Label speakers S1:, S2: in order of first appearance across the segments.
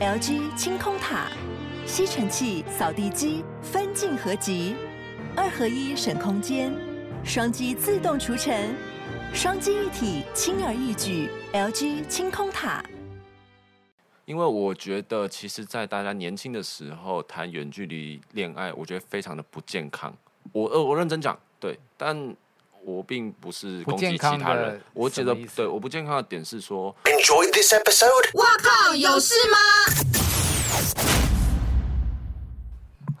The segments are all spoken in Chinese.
S1: LG 清空塔、吸尘器、扫地机分镜合集，二合一省空间，双击自动除尘，双击一体轻而易举。LG 清空塔。
S2: 因为我觉得，其实，在大家年轻的时候谈远距离恋爱，我觉得非常的不健康。我呃，我认真讲，对，但我并不是攻击
S3: 不健
S2: 其
S3: 康
S2: 他
S3: 的
S2: 人。我觉得
S3: 什么意，思
S2: 对，我不健康的点是说，
S4: Enjoyed this episode?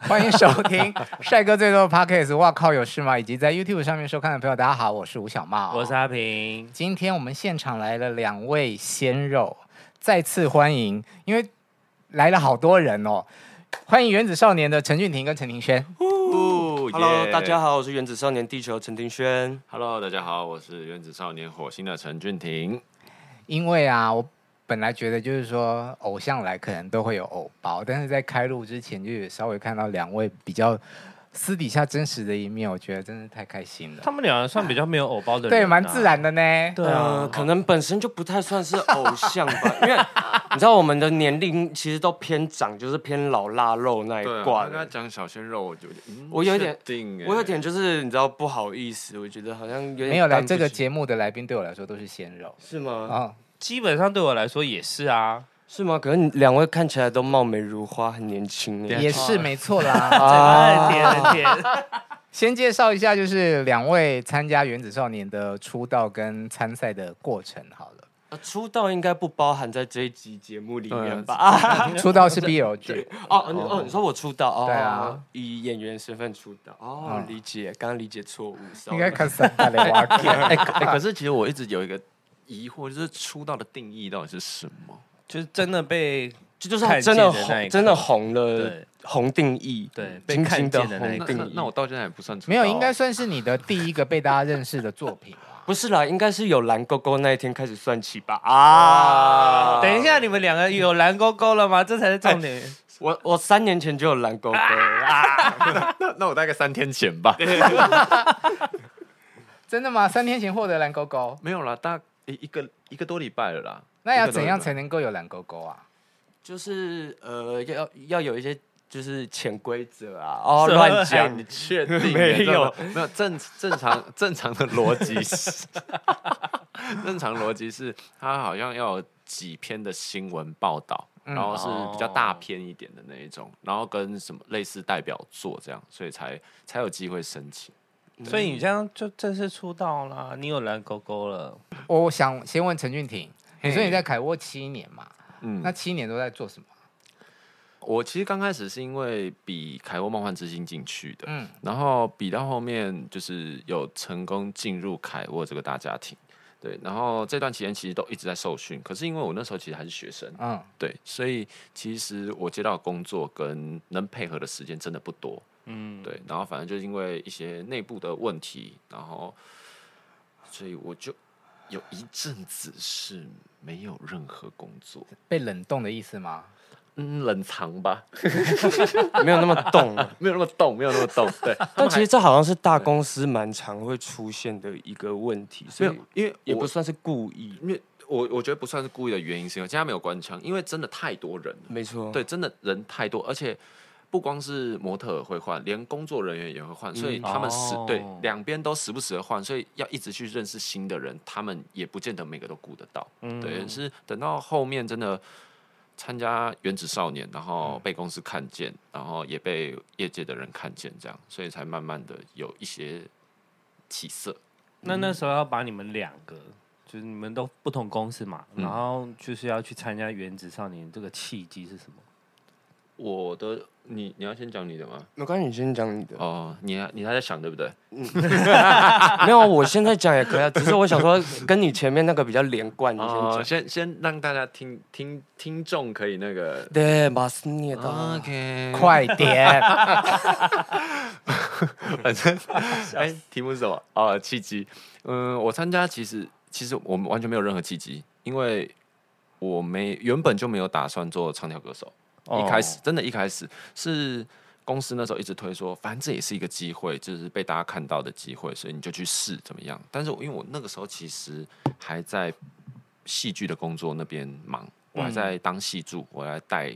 S3: 欢迎收 听帅哥最多的 Podcast。哇靠，有事吗？以及在 YouTube 上面收看的朋友，大家好，我是吴小茂，
S5: 我是。阿平，
S3: 今天我们现场来了两位鲜肉，再次欢迎，因为来了好多人哦，欢迎原子少年的陈俊廷跟陈庭轩。
S2: 哦
S6: Hello，
S2: 耶
S6: 大家好，我是原子少年地球陈庭轩。
S2: ，Hello，大家好，我是原子少年火星的陈俊廷。
S3: 因为啊，我本来觉得就是说偶像来可能都会有偶包，但是在开录之前就有稍微看到两位比较私底下真实的一面，我觉得真是太开心了。
S5: 他们啊两个算比较没有偶包的人、
S3: 对，蛮自。然的呢。
S5: 对
S6: 呃，
S5: 啊，
S6: 可能本身就不太算是偶像吧，因为你知道我们的年龄其实都偏长，就是偏老腊肉那一
S2: 对啊，
S6: 哎挂
S2: 他跟他
S6: 的。
S2: 讲小鲜肉，我觉得，嗯
S6: 我有点
S2: 确定耶，
S6: 我有点就是你知道不好意思，我觉得好像有点
S3: 没有来
S6: 担不
S3: 这个
S6: 起
S3: 节目的来宾对我来说都是鲜肉
S6: 是吗？
S3: 啊、
S5: 基本上对我来说也是啊。
S6: 是吗？可是你两位看起来都貌美如花，很年轻耶。
S2: 啊
S3: 也 是没错啦。
S6: 啊，
S5: 哎，甜甜，
S3: 先介绍一下，就是两位参加原子少年的出道跟参赛的过程好 了。
S6: 呃出道应该不包含在这一集节目里面吧？
S3: 出道是 BL 剧，
S6: 哦哦哦，你说我出道哦？
S3: 对啊，
S6: 以演员身份出道哦
S3: 嗯，
S6: 理解，刚刚理解错误，sorry
S3: 应该看三大类挖坑。
S2: 哎、可哎可是其实我一直有一个疑惑，就是出道的定义到底是什么？
S5: 就是真的被
S6: 这就是
S5: 看
S6: 真
S5: 见的那一
S6: 的红，
S5: 刻
S6: 真的红了
S5: 对，
S6: 红定义，
S5: 对被
S6: 轻
S5: 看
S6: 轻
S5: 见的
S6: 的
S5: 那一
S6: 红
S2: 那
S5: 刻
S6: 哎定
S2: 那
S6: 义。
S2: 那我到现在也不算出道
S3: 没有，应该算是你的第一个被大家认识的作品。
S6: 不是啦，应该是有蓝勾勾那一天开始算起吧？啊，
S5: 等一，下，你们两个有蓝勾勾了吗？这才是重点。
S6: 我我三年前就有蓝勾勾了啊，
S2: 那那我大概三天前 吧，
S3: 真的吗？三天前获得蓝勾勾，
S2: 没有啦，大一一个一个多礼拜了啦。
S3: 那要
S2: 一个多
S3: 怎
S2: 礼
S3: 样
S2: 拜
S3: 才能够有蓝勾勾啊？
S6: 就是呃，要要有一些就是潜规则啊，哦，
S5: 什么
S6: 乱
S2: 哎，
S6: 讲
S2: 你。确定耶？
S6: 没
S2: 真的
S6: 有
S2: 没有正正常 正常的逻辑是， 正常逻辑是他好像要有几篇的新闻报道，
S3: 嗯
S2: 然后是比较
S6: 哦
S2: 大篇一点的那一种，然后跟什么类似代表作这样，所以才才有机会申请。
S5: 所以你这样就正式出道啦，你有蓝勾勾了。
S3: 我想先问陈俊廷，你说
S2: 嘿
S3: 你在凯沃七年嘛？
S2: 嗯
S3: 那七年都在做什么？
S2: 我其实刚开始是因为比凯沃梦幻之星进去的，
S3: 嗯，
S2: 然后比到后面就是有成功进入凯沃这个大家庭，对，然后这段期间其实都一直在受训，可是因为我那时候其实还是学生，
S3: 嗯，
S2: 对，所以其实我接到的工作跟能配合的时间真的不多，
S5: 嗯，
S2: 对，然后反正就是因为一些内部的问题，然后所以我就有一阵子是没有任何工作，
S3: 被冷冻的意思吗？
S2: 嗯，冷藏吧，
S6: 没有那么 动。
S2: 没有那么动，没有那么 动，对，
S6: 但其实这好像是大公司蛮常会出现的一个问题，所
S2: 没有
S6: 以，
S2: 因为
S6: 也
S2: 我
S6: 不算是故意。
S2: 因为我我觉得不算是故意的原因，是因为今天没有关枪，因为真的太多人了。
S6: 没错，
S2: 对，真的人太多，而且不光是模特儿会换，连工作人员也会换，所以他们时、
S5: 哦
S2: 对两边都时不时的换，所以要一直去认识新的人，他们也不见得每个都顾得到。对，是等到后面真的参加原子少年，然后被公司看见，然后也被业界的人看见，这样，所以才慢慢的有一些起色。
S5: 那那时候要把你们两个，就是你们都不同公司嘛，然后就是要去参加《原子少年》，这个契机是什么？
S2: 我的，你你要先讲你的吗？
S6: 没关系，你先讲你的。
S2: 哦，你还你还在想对不对？
S6: 没有，我现在讲也可以啊，只是我想说跟你前面那个比较连贯，你先
S2: 哦
S6: 讲。
S2: 先先让大家听听听众可以那个
S6: 对，马斯涅的。
S2: OK，
S3: 快点！
S2: 反正哎、题目是什么？哦，契机。嗯，我参加其实其实我们完全没有任何契机，因为我没原本就没有打算做唱跳歌手，
S5: 哦
S2: 一开始真的，一开始是公司那时候一直推说，反正这也是一个机会，就是被大家看到的机会，所以你就去试怎么样？但是我因为我那个时候其实还在戏剧的工作那边忙，我还在当戏助，我来带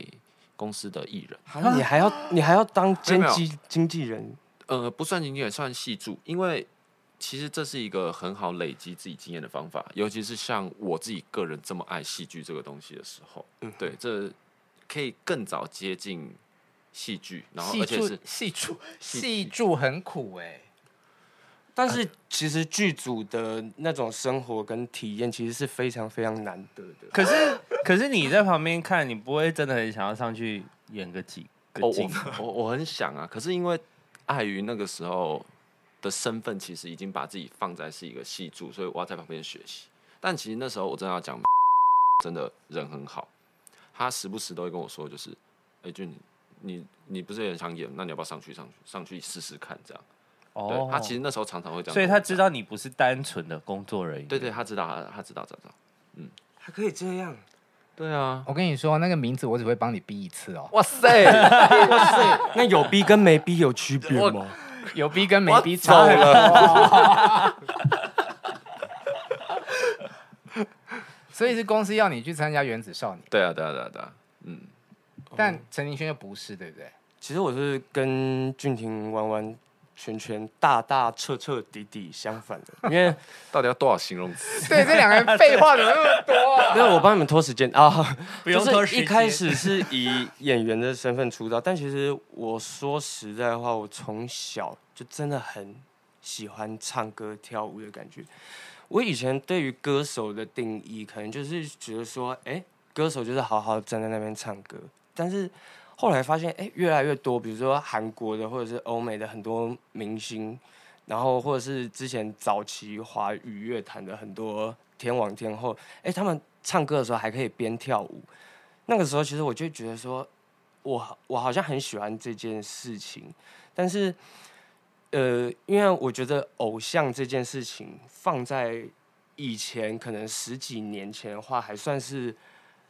S2: 公司的艺人，
S6: 啊你还要你还要当
S2: 没有
S6: 经
S2: 没有
S6: 纪经纪人，
S2: 呃，不算经纪人，算戏助，因为其实这是一个很好累积自己经验的方法，尤其是像我自己个人这么爱戏剧这个东西的时候，对，这可以更早接近戏剧，然后
S3: 戏
S2: 而且
S3: 柱
S2: 是
S3: 戏柱
S2: 戏
S3: 戏柱很苦哎、
S6: 但是其实剧组的那种生活跟体验其实是非常非常难得的。
S5: 可是可是你在旁边看，你不会真的很想要上去演个几个
S2: 哦，
S5: 镜？
S2: 我我我很想啊，可是因为碍于那个时候的身份，其实已经把自己放在是一个戏助，所以我要在旁边学习。但其实那时候我真的要讲，真的人很好，他时不时都会跟我说，就是，哎、俊，你你你不是也很想演？那你要不要上去上去上去试试看？这样，对他其实那时候常常会这样，
S5: 哦所以他知，道你不是单纯的工作人员。
S2: 对对，他知道，他他知道，知道，知道
S6: 还可以这样，
S2: 对啊，
S3: 我跟你说，那个名字我只会帮你逼一次哦，
S2: 哇塞，
S6: 那有逼跟没逼有区别吗？
S3: 有逼跟没逼
S2: 走
S3: 差很多。 所以是公司要你去参加原子少年，
S2: 对啊，对啊，对啊，对啊，嗯，
S3: 但陈林轩又不是，对不对？
S6: 其实我是跟俊廷完完全全大大彻彻底底相反的，因为
S2: 到底要多少形容词？
S3: 对，这两个 人废话怎么那么多啊？
S6: 没有我帮你们拖时间啊，
S5: 不用
S6: 就是
S5: 拖时间
S6: 一开始是以演员的身份出道， 但其实我说实在话，我从小就真的很喜欢唱歌跳舞的感觉。我以前对于歌手的定义，可能就是觉得说，哎、歌手就是好好站在那边唱歌。但是后来发现，哎、越来越多，比如说韩国的或者是欧美的很多明星，然后或者是之前早期华语乐坛的很多天王天后，哎、他们唱歌的时候还可以边跳舞。那个时候其实我就觉得说，我好我好像很喜欢这件事情，但是，呃，因为我觉得偶像这件事情放在以前可能十几年前的话，还算是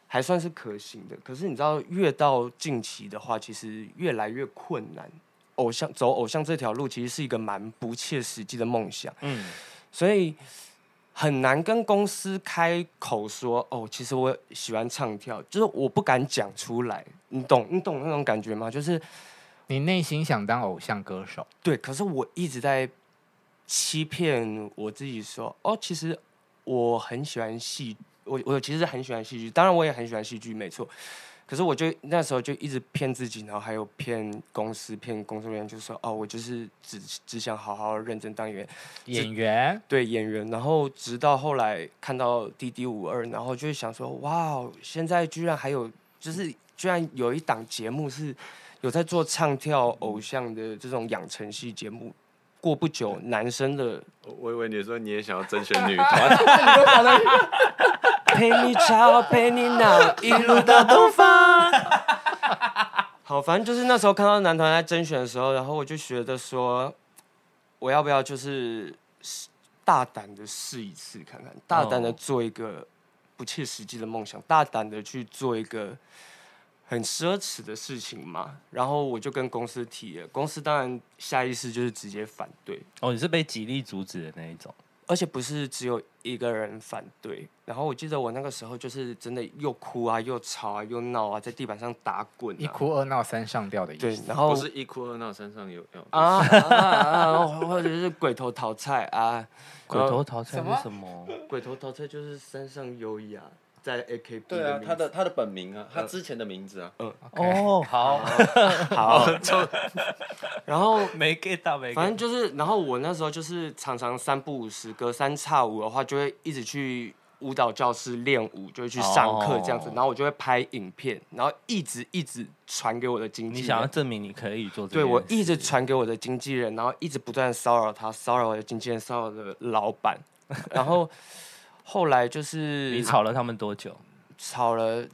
S6: 还算是可行的。可是你知道，越到近期的话，其实越来越困难。偶像走偶像这条路，其实是一个蛮不切实际的梦想。
S5: 嗯，
S6: 所以很难跟公司开口说哦，其实我喜欢唱跳，就是我不敢讲出来，你懂你懂那种感觉吗？就是
S3: 你内心想当偶像歌手，
S6: 对，可是我一直在欺骗我自己说哦，其实我很喜欢戏，我我其实很喜欢戏剧，当然我也很喜欢戏剧，没错。可是我就那时候就一直骗自己，然后还有骗公司、骗工作人员，就说哦，我就是只只想好好认真当演员。
S3: 演员
S6: 对演员，然后直到后来看到滴滴五二，然后就会想说，哇哦，现在居然还有，就是居然有一档节目是有在做唱跳偶像的这种养成系节目。过不久，男生的
S2: 我以为你说你也想要甄选女 团，
S6: 陪你吵，陪你闹，一路到东方。好，反正就是那时候看到男团在甄选的时候，然后我就觉得说，我要不要就是大胆的试一次看看，大胆的
S5: 哦
S6: 做一个不切实际的梦想，大胆的去做一个很奢侈的事情嘛。然后我就跟公司提了，公司当然下意识就是直接反对，
S5: 哦，你是被极力阻止的那一种。
S6: 而且不是只有一个人反对。然后我记得我那个时候就是真的又哭啊，又吵啊，又闹啊，在地板上打滚、啊，
S3: 一哭二闹三上吊的意
S6: 对
S3: 思。，
S6: 然后
S2: 不是一哭二闹三上有有
S6: 啊啊啊，或者是鬼头淘菜啊，
S5: 鬼
S6: 然
S5: 头
S6: 后
S5: 淘汰是什么？
S6: 鬼头淘菜就是山上优雅在 AKB
S2: 对啊，
S6: 名
S2: 他
S6: 字
S2: 的他的本名啊，他之前的名字啊，
S5: 哦，好，
S6: 好，然后
S5: 没 get 到，没 get 到。
S6: 反正就是，然后我那时候就是常常三不五时，隔三差五的话，就会一直去舞蹈教室练舞，就会去上课这样子
S5: 哦
S6: 然后我就会拍影片，然后一直一直传给我的经纪
S5: 你
S6: 人。
S5: 想要证明你可以做这
S6: 对
S5: 件
S6: 我
S5: 事
S6: 一直传给我的经纪人，然后一直不断地骚扰他，骚扰我的经纪人，骚扰我的老 板，然后后来就是
S5: 你吵了他们多久？
S6: 吵了，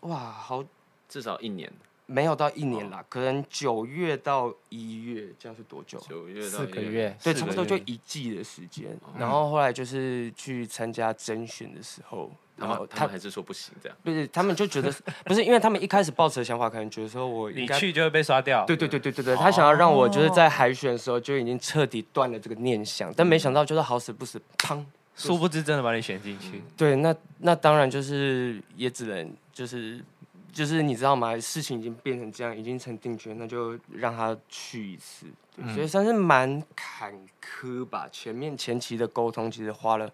S6: 哇，好
S2: 至少一年，
S6: 没有到一年啦，可能九月到一月，这样是多久啊？
S2: 九月到
S3: 四个月，
S6: 对，
S5: 四
S6: 差不
S5: 个
S6: 多就
S5: 月
S6: 一季的时间。然后后来就是去参加甄选的时候，
S2: 他
S6: 然后
S2: 们他
S6: 哦他
S2: 们还是说不行这样。
S6: 不是他们就觉得不是，因为他们一开始抱持的想法，可能觉得说我应
S5: 你
S6: 该。
S5: 去就会被刷掉。
S6: 对对对对对对，他想要让我就是在海选的时候就已经彻底断了这个念想，但没想到就是好死不死，砰，
S5: 殊不知真的把你选进去，
S6: 对，那那当然就是也只能就是就是你知道吗？事情已经变成这样，已经成定局，那就让他去一次。对，所以算是蛮坎坷吧。前面前期的沟通其实花了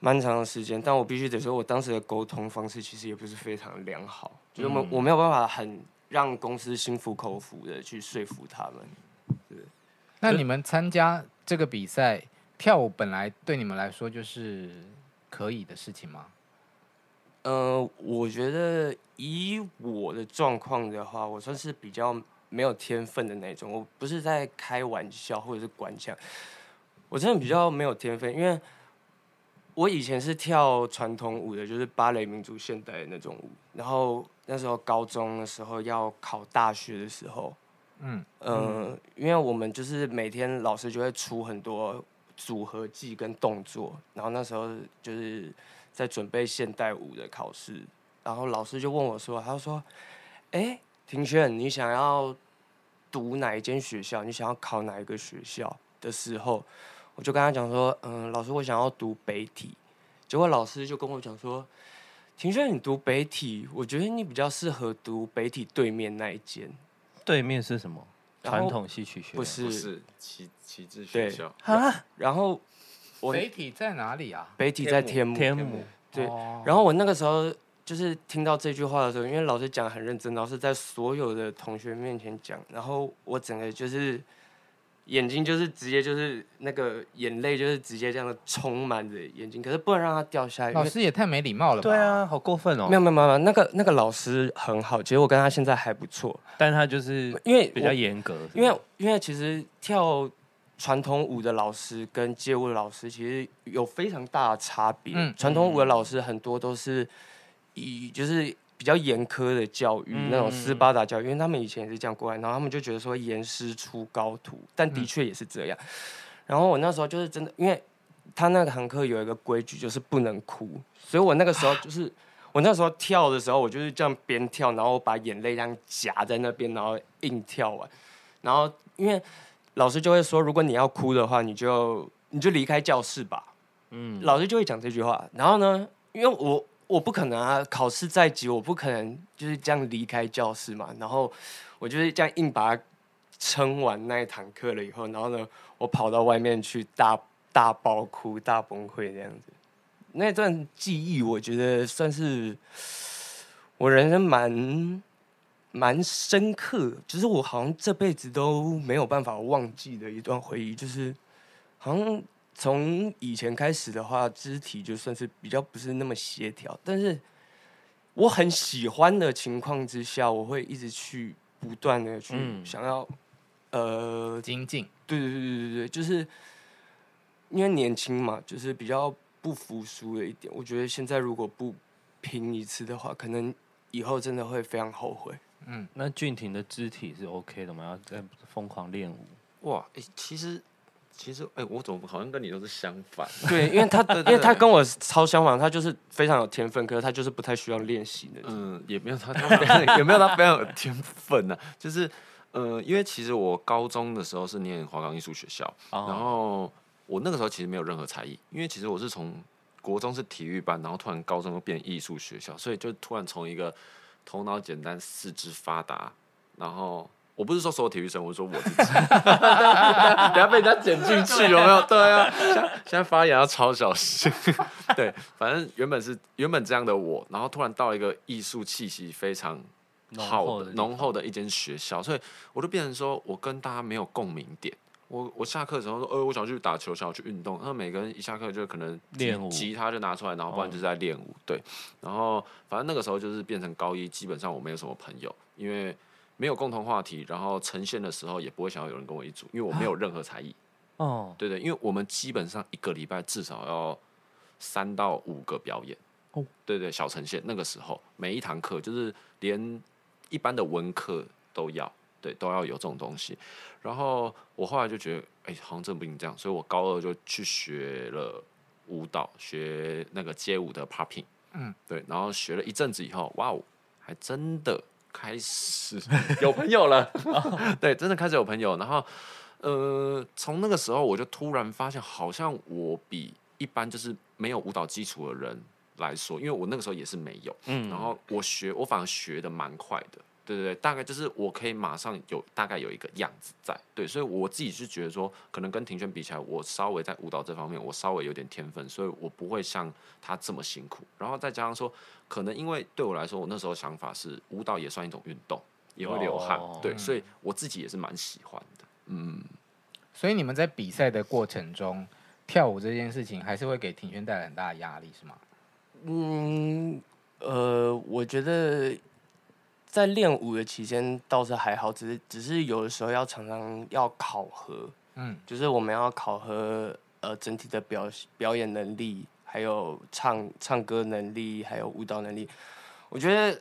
S6: 蛮长的时间，但我必须得说，我当时的沟通方式其实也不是非常良好，就是我们、我没有办法很让公司心服口服的去说服他们。
S3: 那你们参加这个比赛，跳舞本来对你们来说就是可以的事情吗？
S6: 呃，我觉得以我的状况的话，我算是比较没有天分的那种。我不是在开玩笑或者是管腔，我真的比较没有天分，因为我以前是跳传统舞的，就是芭蕾、民族、现代的那种舞。然后那时候高中的时候要考大学的时候，
S3: 嗯
S6: 呃，因为我们就是每天老师就会出很多组合技跟动作，然后那时候就是在准备现代舞的考试，然后老师就问我说，他就说：“哎、庭轩，你想要读哪一间学校？你想要考哪一个学校？”的时候，我就跟他讲说：“嗯，老师，我想要读北体。”结果老师就跟我讲说：“庭轩，你读北体，我觉得你比较适合读北体对面那一间。”
S5: 对面是什么？
S6: 然后
S5: 传统戏曲学
S6: 不
S5: 院
S6: 是
S2: 不是旗旗帜学
S6: 对
S2: 校，
S5: 啊，
S6: 然后我
S3: 北体在哪里啊？
S6: 北体在天幕，
S5: 天母
S6: 对
S3: 哦
S6: 然后我那个时候就是听到这句话的时候，因为老师讲得很认真，老师在所有的同学面前讲，然后我整个就是眼睛就是直接就是那个眼泪就是直接这样的充满着眼睛，可是不能让它掉下来。因
S3: 老
S6: 为
S3: 师也太没礼貌了吧？
S5: 哎对，啊，好过分哦
S6: 没。有没有没有没有，那个那个老师很好，其实我跟他现在还不错，
S5: 但他就是
S6: 因为
S5: 比较
S6: 我
S5: 严格，
S6: 因为因为其实跳传统舞的老师跟街舞的老师其实有非常大的差别。
S3: 嗯
S6: 传统舞的老师很多都是以就是比较严苛的教育，
S5: 嗯
S6: 那种斯巴达教育，因为他们以前也是这样过来，然后他们就觉得说严师出高徒，但的确也是这样。然后我那时候就是真的，因为他那个堂课有一个规矩，就是不能哭，所以我那个时候就是。我那时候跳的时候，我就是这样边跳，然后把眼泪这样夹在那边，然后硬跳完。然后因为老师就会说，如果你要哭的话，你就你就离开教室吧。嗯，老师就会讲这句话。然后呢，因为我我不可能啊，考试在即，我不可能就是这样离开教室嘛。然后我就是这样硬把它撑完那一堂课了以后，然后呢，我跑到外面去大大爆哭、大崩溃这样子。那段记忆，我觉得算是我人生蛮蛮深刻，就是我好像这辈子都没有办法忘记的一段回忆，就是好像从以前开始的话，肢体就算是比较不是那么协调，但是我很喜欢的情况之下，我会一直去不断的去
S5: 嗯
S6: 想要、呃
S3: 精进。
S6: 对对对对对，就是因为年轻嘛，就是比较不服输的一点。我觉得现在如果不拼一次的话，可能以后真的会非常后悔。
S5: 那俊廷的肢体是 OK 的吗？要再疯狂练舞，
S2: 哇，哎、其实其实哎、我怎么好像跟你都是相反？
S6: 对，因为他，因
S2: 对
S6: 为他跟我超相反，他就是非常有天分，可是他就是不太需要练习的。
S2: 嗯，也没有他，他非常 也没有他非常有天分呐、就是，呃，因为其实我高中的时候是念华冈艺术学校，
S5: 哦
S2: 然后我那个时候其实没有任何才艺，因为其实我是从国中是体育班，然后突然高中又变艺术学校，所以就突然从一个头脑简单、四肢发达，然后。我不是说所有体育生，我是说我 自己，等下被人家剪进去有没有？对 啊，现在现在发言要超小心。 对，反正原本是原本这样的我，然后突然到一个艺术气息非常
S5: 浓
S2: 好
S5: 厚
S2: 的
S5: 的地
S2: 浓厚的一间学校，所以我就变成说我跟大家没有共鸣点。我我下课的时候说，呃，我想去打球，想要去运动。那每个人一下课就可能吉
S5: 练舞哦
S2: 吉他就拿出来，然后不然就是在练舞。对，然后反正那个时候就是变成高一，基本上我没有什么朋友，因为没有共同话题，然后呈现的时候也不会想要有人跟我一组，因为我没有任何才艺。
S6: 嗯
S5: 哦，
S2: 对对，因为我们基本上一个礼拜至少要三到五个表演。
S5: 哦，
S2: 对对，小呈现那个时候每一堂课就是连一般的文课都要，对，都要有这种东西。然后我后来就觉得，哎、好像真不行这样，所以我高二就去学了舞蹈，学那个街舞的 popping。
S3: 嗯，
S2: 对，然后学了一阵子以后，哇哦，还真的开始有朋友了。 对，真的开始有朋友，然后。呃，从那个时候我就突然发现，好像我比一般就是没有舞蹈基础的人来说，因为我那个时候也是没有，
S5: 嗯
S2: 然后我学，我反而学的蛮快的，对对对，大概就是我可以马上有大概有一个样子在，对，所以我自己是觉得说，可能跟庭轩比起来，我稍微在舞蹈这方面我稍微有点天分，所以我不会像他这么辛苦。然后再加上说，可能因为对我来说，我那时候想法是舞蹈也算一种运动，也会流汗，
S5: 哦
S2: 对，所以我自己也是蛮喜欢的。嗯，
S3: 所以你们在比赛的过程中，跳舞这件事情还是会给庭轩带来很大的压力，是吗？
S6: 嗯，呃，我觉得在练舞的期间倒是还好，只是只是有的时候要常常要考核，
S3: 嗯，
S6: 就是我们要考核呃整体的表表演能力，还有唱唱歌能力，还有舞蹈能力。我觉得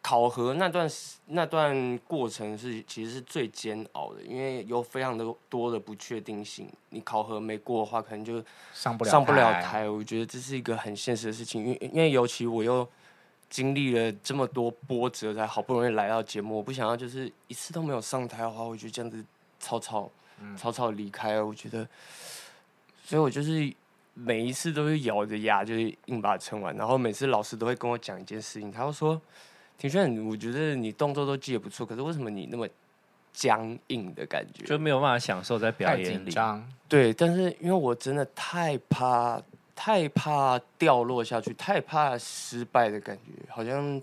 S6: 考核那段时那段过程是其实是最煎熬的，因为有非常的多的不确定性。你考核没过的话，可能就
S3: 上不了
S6: 上不了。台，我觉得这是一个很现实的事情，因为因为尤其我又经历了这么多波折，才好不容易来到节目，我不想要就是一次都没有上台的话，我就这样子草草
S3: 嗯
S6: 草草离开，我觉得，所以我就是每一次都是咬着牙就是硬把它撑完，然后每次老师都会跟我讲一件事情，他会说：“庭轩，我觉得你动作都记得不错，可是为什么你那么僵硬的感觉？”
S5: 就没有办法享受在表
S3: 太
S5: 演
S3: 紧
S5: 里。
S3: 张。
S6: 对，但是因为我真的太怕太怕掉落下去，太怕失败的感觉，好像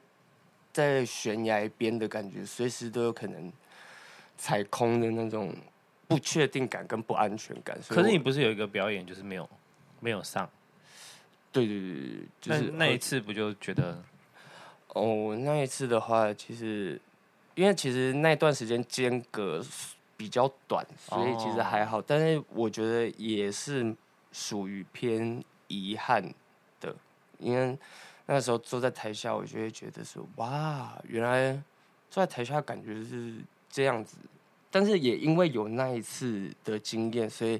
S6: 在悬崖边的感觉，随时都有可能踩空的那种不确定感跟不安全感。所以
S5: 可是
S6: 我
S5: 你不是有一个表演就是没有没有上，
S6: 对对对对，就
S5: 那
S6: 是呃
S5: 那一次不就觉得
S6: 哦，那一次的话，其实因为其实那段时间间隔比较短，所以其实还好，但是我觉得也是属于偏遗憾的，因为那时候坐在台下，我就会觉得说，哇，原来坐在台下感觉是这样子，但是也因为有那一次的经验，所以。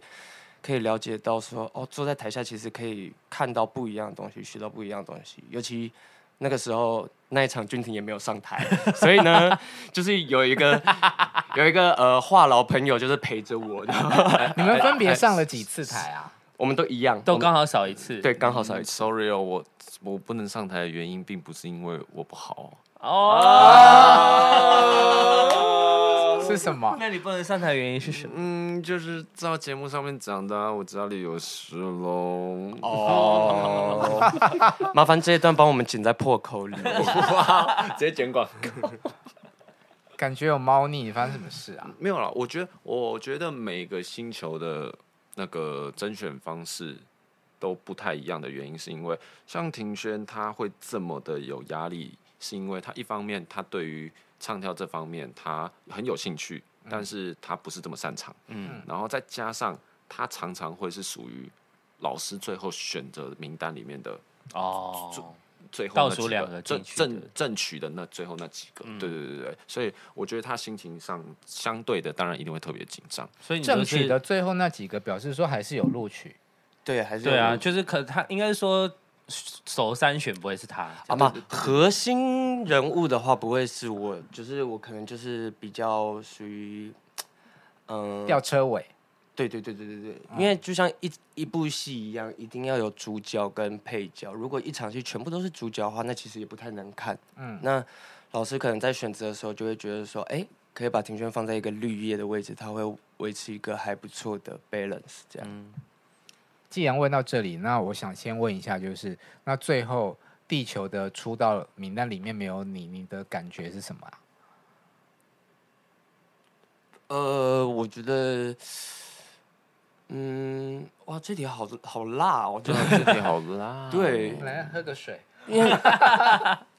S6: 可以了解到说，哦，坐在台下其实可以看到不一样的东西，学到不一样的东西。尤其那个时候那一场君婷也没有上台， 所以呢，就是有一个 有一个呃话痨朋友就是陪着我，然后
S3: 你们分别上了几次台啊？
S6: 我们都一样，
S5: 都
S6: 我们
S5: 刚好少一次？
S6: 对刚好少一次。
S2: ，sorry 哦，我我不能上台的原因并不是因为我不好哦、
S6: 啊哦
S3: 是什么？
S5: 那你不能上台的原因是什么？
S2: 嗯，就是照节目上面讲的、啊，我家里有事喽。
S6: 哦，麻烦这一段帮我们剪在破口里。
S2: 直接剪广告。
S3: 感觉有猫腻，发生什么事啊？
S2: 没有啦，我觉得，我觉得每个星球的那个甄选方式都不太一样的原因，是因为像庭轩他会这么的有压力，是因为他一方面他对于唱跳这方面他很有兴趣，但是他不是这么擅长。嗯，然后再加上他常常会是属于老师最后选择名单里面的
S5: 哦，
S2: 最后
S5: 倒
S2: 那
S5: 数
S2: 几
S5: 两个进
S2: 正
S5: 去
S2: 正
S5: 的嗯
S2: 正取的那最后那几个，对对对对，所以我觉得他心情上相对的，当然一定会特别紧张。
S5: 所以你
S3: 正
S5: 嗯就
S3: 取
S5: 是
S3: 的最后那几个表示说还是有录取，
S6: 对，还是
S5: 对啊，
S6: 有
S5: 就是可他应该说首三选不会是他，
S6: 啊嘛，核心人物的话不会是我，就是我可能就是比较属于，嗯、
S3: 吊车尾。
S6: 对对对对对嗯对，因为就像一一部戏一样，一定要有主角跟配角。如果一场戏全部都是主角的话，那其实也不太能看。嗯，那老师可能在选择的时候就会觉得说，哎，可以把庭轩放在一个绿叶的位置，他会维持一个还不错的 balance。这样，
S3: 既然问到这里，那我想先问一下，就是那最后地球的出道名单里面没有你，你的感觉是什么啊？
S6: 呃，我觉得，嗯，哇，这题好好辣哦，真的
S2: 这题好 啦，
S6: 对，
S3: 来喝个水。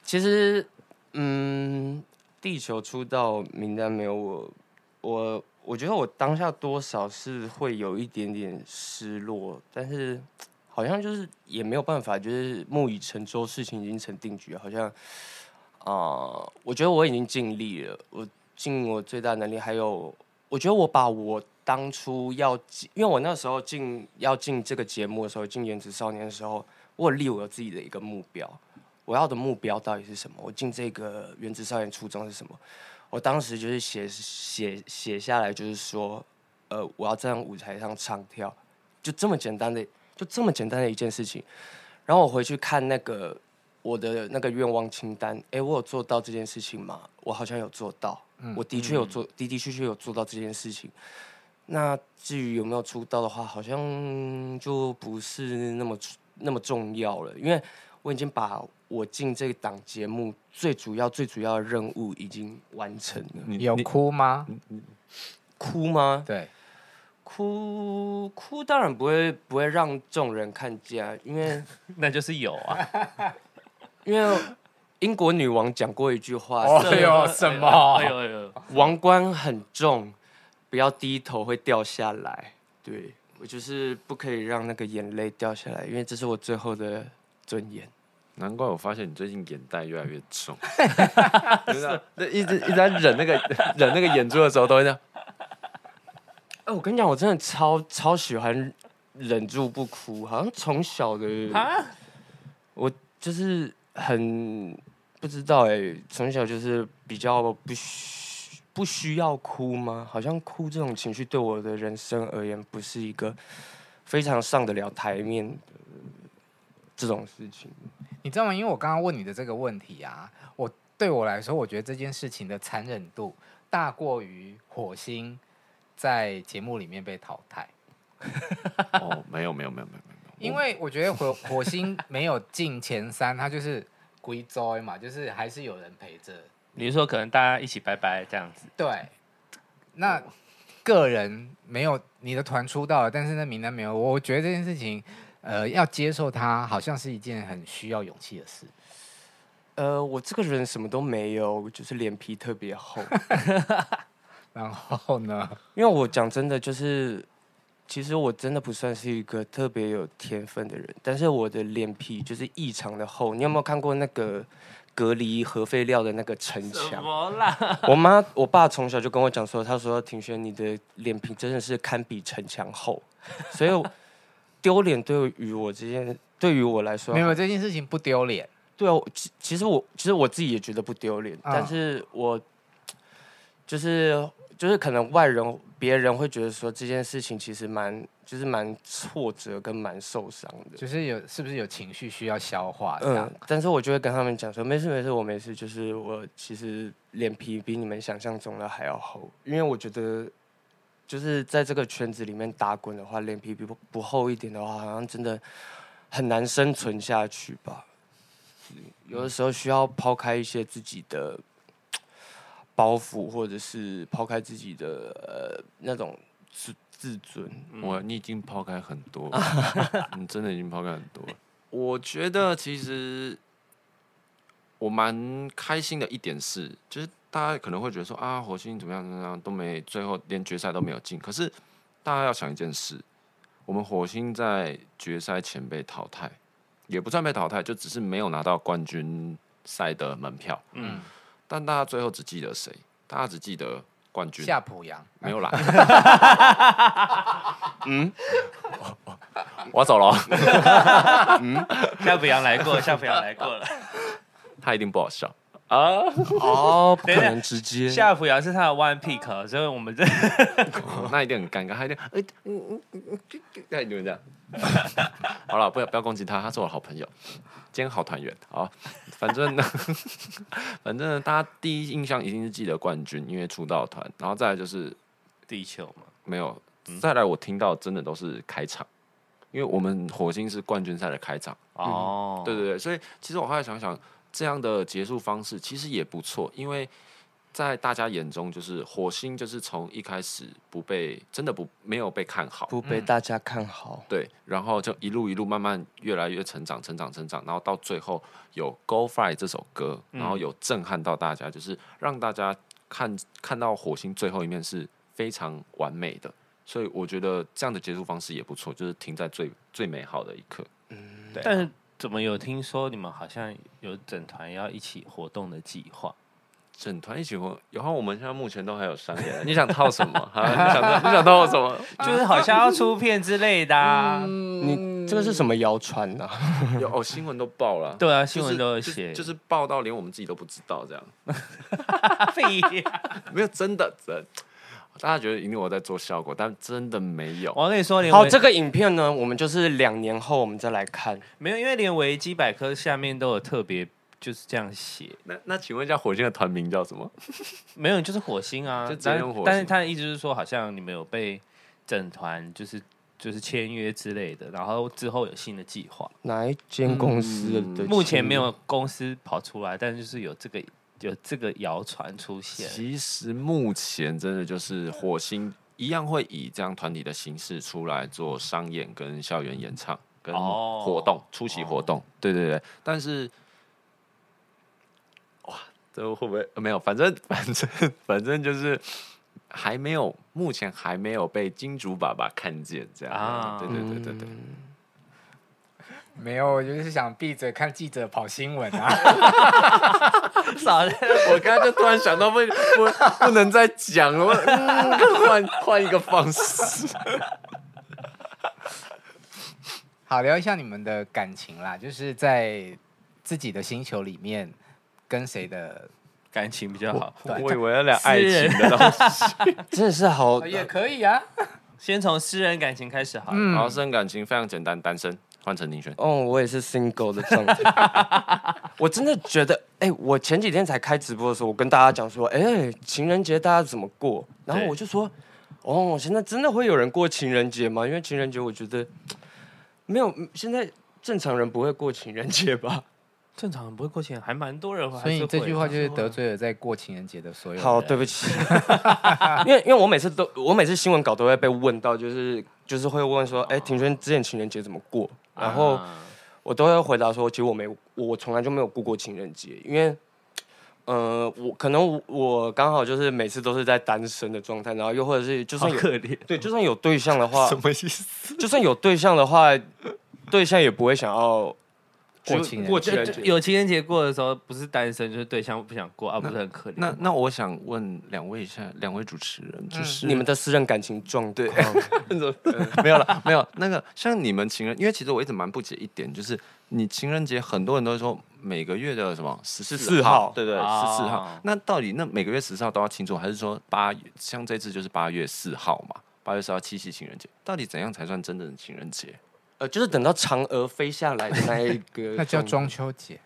S6: 其实，嗯，地球出道名单没有我，我我觉得我当下多少是会有一点点失落，但是好像就是也没有办法，就是木已成舟，事情已经成定局，好像啊、呃我觉得我已经尽力了，我尽我最大能力，还有我觉得我把我当初要进，因为我那时候进要进这个节目的时候，进《原子少年》的时候，我有立我自己的一个目标，我要的目标到底是什么？我进这个《原子少年》初衷是什么？我当时就是写写写下来，就是说，呃，我要站在舞台上唱跳，就这么简单的就这么简单的一件事情。然后我回去看那个我的那个愿望清单，哎，我有做到这件事情吗？我好像有做到，我的确有做，的的确确有做到这件事情。那至于有没有出道的话，好像就不是那么那么重要了，因为我已经把我进这档节目最主要最主要的任务已经完成了。
S2: 你
S3: 有
S2: 你
S3: 哭吗？
S6: 哭吗？
S3: 对，
S6: 哭哭当然不会不会让众人看见啊，因为
S5: 那就是有啊，
S6: 因为英国女王讲过一句话，
S3: 哦哎
S6: 是
S3: 呦 什么
S5: 哎呦哎呦，
S6: 王冠很重，不要低头会掉下来。对我就是不可以让那个眼泪掉下来，因为这是我最后的尊严。
S2: 难怪我发现你最近眼袋越来越重， 就是啊那一直一直在忍那个忍那个眼珠的时候，都会这样。
S6: 哎、我跟你讲，我真的超超喜欢忍住不哭，好像从小的
S5: 啊
S6: 我就是很不知道哎、从小就是比较不需不需要哭吗？好像哭这种情绪对我的人生而言，不是一个非常上得了台面的这种事情。
S3: 你知道吗？因为我刚刚问你的这个问题啊，我对我来说，我觉得这件事情的残忍度大过于火星在节目里面被淘汰，
S2: 哦，没有没有没有没有没有，
S3: 因为我觉得火火星没有进前三，它就是归灾嘛，就是还是有人陪着。
S5: 你是说可能大家一起拜拜这样子，
S3: 对，那个人没有你的团出道了，但是那名单没有，我觉得这件事情，呃，要接受它好像是一件很需要勇气的事。
S6: 呃，我这个人什么都没有，就是脸皮特别厚。
S3: 然后呢，
S6: 因为我讲真的，就是其实我真的不算是一个特别有天分的人，但是我的脸皮就是异常的厚。你有没有看过那个隔离核废料的那个城墙？
S5: 么啦？
S6: 我妈我爸从小就跟我讲说，他说庭轩，你的脸皮真的是堪比城墙厚，所以我丢脸对于我这件，对于我来说
S3: 没，有这件事情不丢脸，
S6: 对啊，我其其实我其实我自己也觉得不丢脸，
S3: 啊
S6: 但是我就是就是可能外人别人会觉得说这件事情其实蛮就是蛮挫折跟蛮受伤的，
S3: 就是有是不是有情绪需要消化这样
S6: 嗯？，但是我就会跟他们讲说没事没事，我没事，就是我其实脸皮比你们想象中的还要厚，因为我觉得。就是在这个圈子里面打滚的话，脸皮比不不厚一点的话，好像真的很难生存下去吧。有的时候需要抛开一些自己的呃包袱，或者是抛开自己的呃那种自自尊。
S2: 我你已经抛开很多了，你真的已经抛开很多了。我觉得其实我蛮开心的一点是，就是大家可能会觉得说啊，火星怎么样怎么样都没，最后连决赛都没有进。可是大家要想一件事，我们火星在决赛前被淘汰，也不算被淘汰，就只是没有拿到冠军赛的门票。
S5: 嗯，
S2: 但大家最后只记得谁？大家只记得冠军，
S3: 夏普阳，
S2: 没有啦。嗯，我要走了哦，
S5: 夏普阳来过，夏普阳来过了。
S2: 他一定不好笑。
S6: 哦，不
S5: 等一
S6: 可
S5: 下
S6: 能直接。
S5: 夏普阳是他的 one pick，哦所以我们这
S2: 那一定很尴尬，他一定呃，嗯嗯嗯嗯嗯那你们这样。 好了，不要不要攻击他，他是我的好朋友，今天好团圆。好，反正呢， 反正呢，大家第一印象一定是记得冠军，因为出道团，然后再来就是
S5: 地球嘛，
S2: 没有，再来我听到真的都是开场，因为我们火星是冠军赛的开场。
S5: 哦，
S2: 对对对，所以其实我后来想想，这样的结束方式其实也不错，因为在大家眼中，就是火星就是从一开始不被真的不没有被看好，
S6: 不被大家看好，
S2: 对，然后就一路一路慢慢越来越成长，成长，成长，然后到最后有《Go Fly》这首歌，然后有震撼到大家，就是让大家看看到火星最后一面是非常完美的，所以我觉得这样的结束方式也不错，就是停在最最美好的一刻。嗯，对啊。
S5: 但是怎么有听说你们好像有整团要一起活动的计划？
S2: 整团一起活，然后我们现在目前都还有商 演，你想套什么？啊、你想你想套我什么？
S5: 就是好像要出片之类的、啊。
S2: 嗯
S6: 你这个是什么谣传呢？
S2: 有哦，新闻都爆了，
S5: 对啊，
S2: 就是，
S5: 新闻都有写、
S2: 就是，就是爆到连我们自己都不知道这样，
S5: 是
S2: 没有真的真。大家觉得一定我在做效果，但真的没有。
S5: 我跟你说，连
S6: 好，
S5: 维
S6: 这个影片呢，我们就是两年后我们再来看。
S5: 没有，因为连维基百科下面都有特别就是这样写，
S2: 那那请问一下，火箭的团名叫什么？
S5: 没有就是火星啊
S2: 就，只
S5: 但
S2: 用火
S5: 但是
S2: 星
S5: 他的意思是说，好像你们有被整团就是就是签约之类的，然后之后有新的计划，
S6: 哪一间公司的
S2: 嗯
S6: 企业？
S5: 目前没有公司跑出来，但就是有这个有这个谣传出现，
S2: 其实目前真的就是火星一样会以这样团体的形式出来做商演、跟校园演唱、跟
S5: 哦
S2: 活动、出席活动。对对对，但是哇，这会不会呃没有？反正 反正反正就是还没有，目前还没有被金主爸爸看见这样。
S5: 啊
S2: 对对对对对。
S3: 没有，我就是想闭着看记者跑新闻 啊。
S5: 少
S2: 我刚才就突然想到不 不不能再讲了，我嗯 换换一个方 式。
S3: 好，聊一下你们的感情啦，就是在自己的星球里面跟谁的
S5: 感情比较好。
S2: 我以为要聊爱情的东西，
S6: 真的是好，
S3: 也可以啊。
S5: 先从私人感情开始好了，
S2: 然后生感情非常简单，单身换成宁轩。
S6: 哦，我也是 single 的状态。 我真的觉得，哎、我前几天才开直播的时候，我跟大家讲说，哎、情人节大家怎么过？然后
S5: 对
S6: 我就说，哦，现在真的会有人过情人节吗？因为情人节，我觉得没有，现在正常人不会过情人节吧？
S5: 正常人不会过钱，还蛮多人。
S3: 所以你这句话就是得
S5: 罪。
S3: 罪了在过情人节的所有人。
S6: 好，对不起， 因为因为我每次都，我每次新闻稿都会被问到，就是就是会问说，哎、庭轩之前情人节怎么过？然后。
S5: 啊
S6: 我都会回答说，其实我没，我从来就没有过过情人节，因为，呃，我可能我我刚好就是每次都是在单身的状态，然后又或者是就算有
S5: 怜，
S6: 对，就算有对象的话，
S2: 么意思？
S6: 就算有对象的话，对象也不会想要
S3: 过
S6: 就
S3: 情人节
S6: 过情 人
S5: 就就
S6: 节。
S5: 有情人节过的时候，不是单身就是对象不想过啊，不是很可怜。
S2: 那那我想问两位一下，两位主持人，就是
S6: 你们的私人感情状对，
S2: 没有了，没有那个像你们情人，因为其实我一直蛮不解一点，就是你情人节很多人都说每个月的什么十
S6: 14
S2: 号
S6: 号，
S2: 对对，十
S5: 啊
S2: 四号，那到底那每个月十四号都要庆祝，还是说八像这次就是八月四号嘛？八月四号七夕情人节，到底怎样才算真正的情人节？
S6: 呃，就是等到嫦娥飞下来的那一 个，
S3: 那叫中秋节。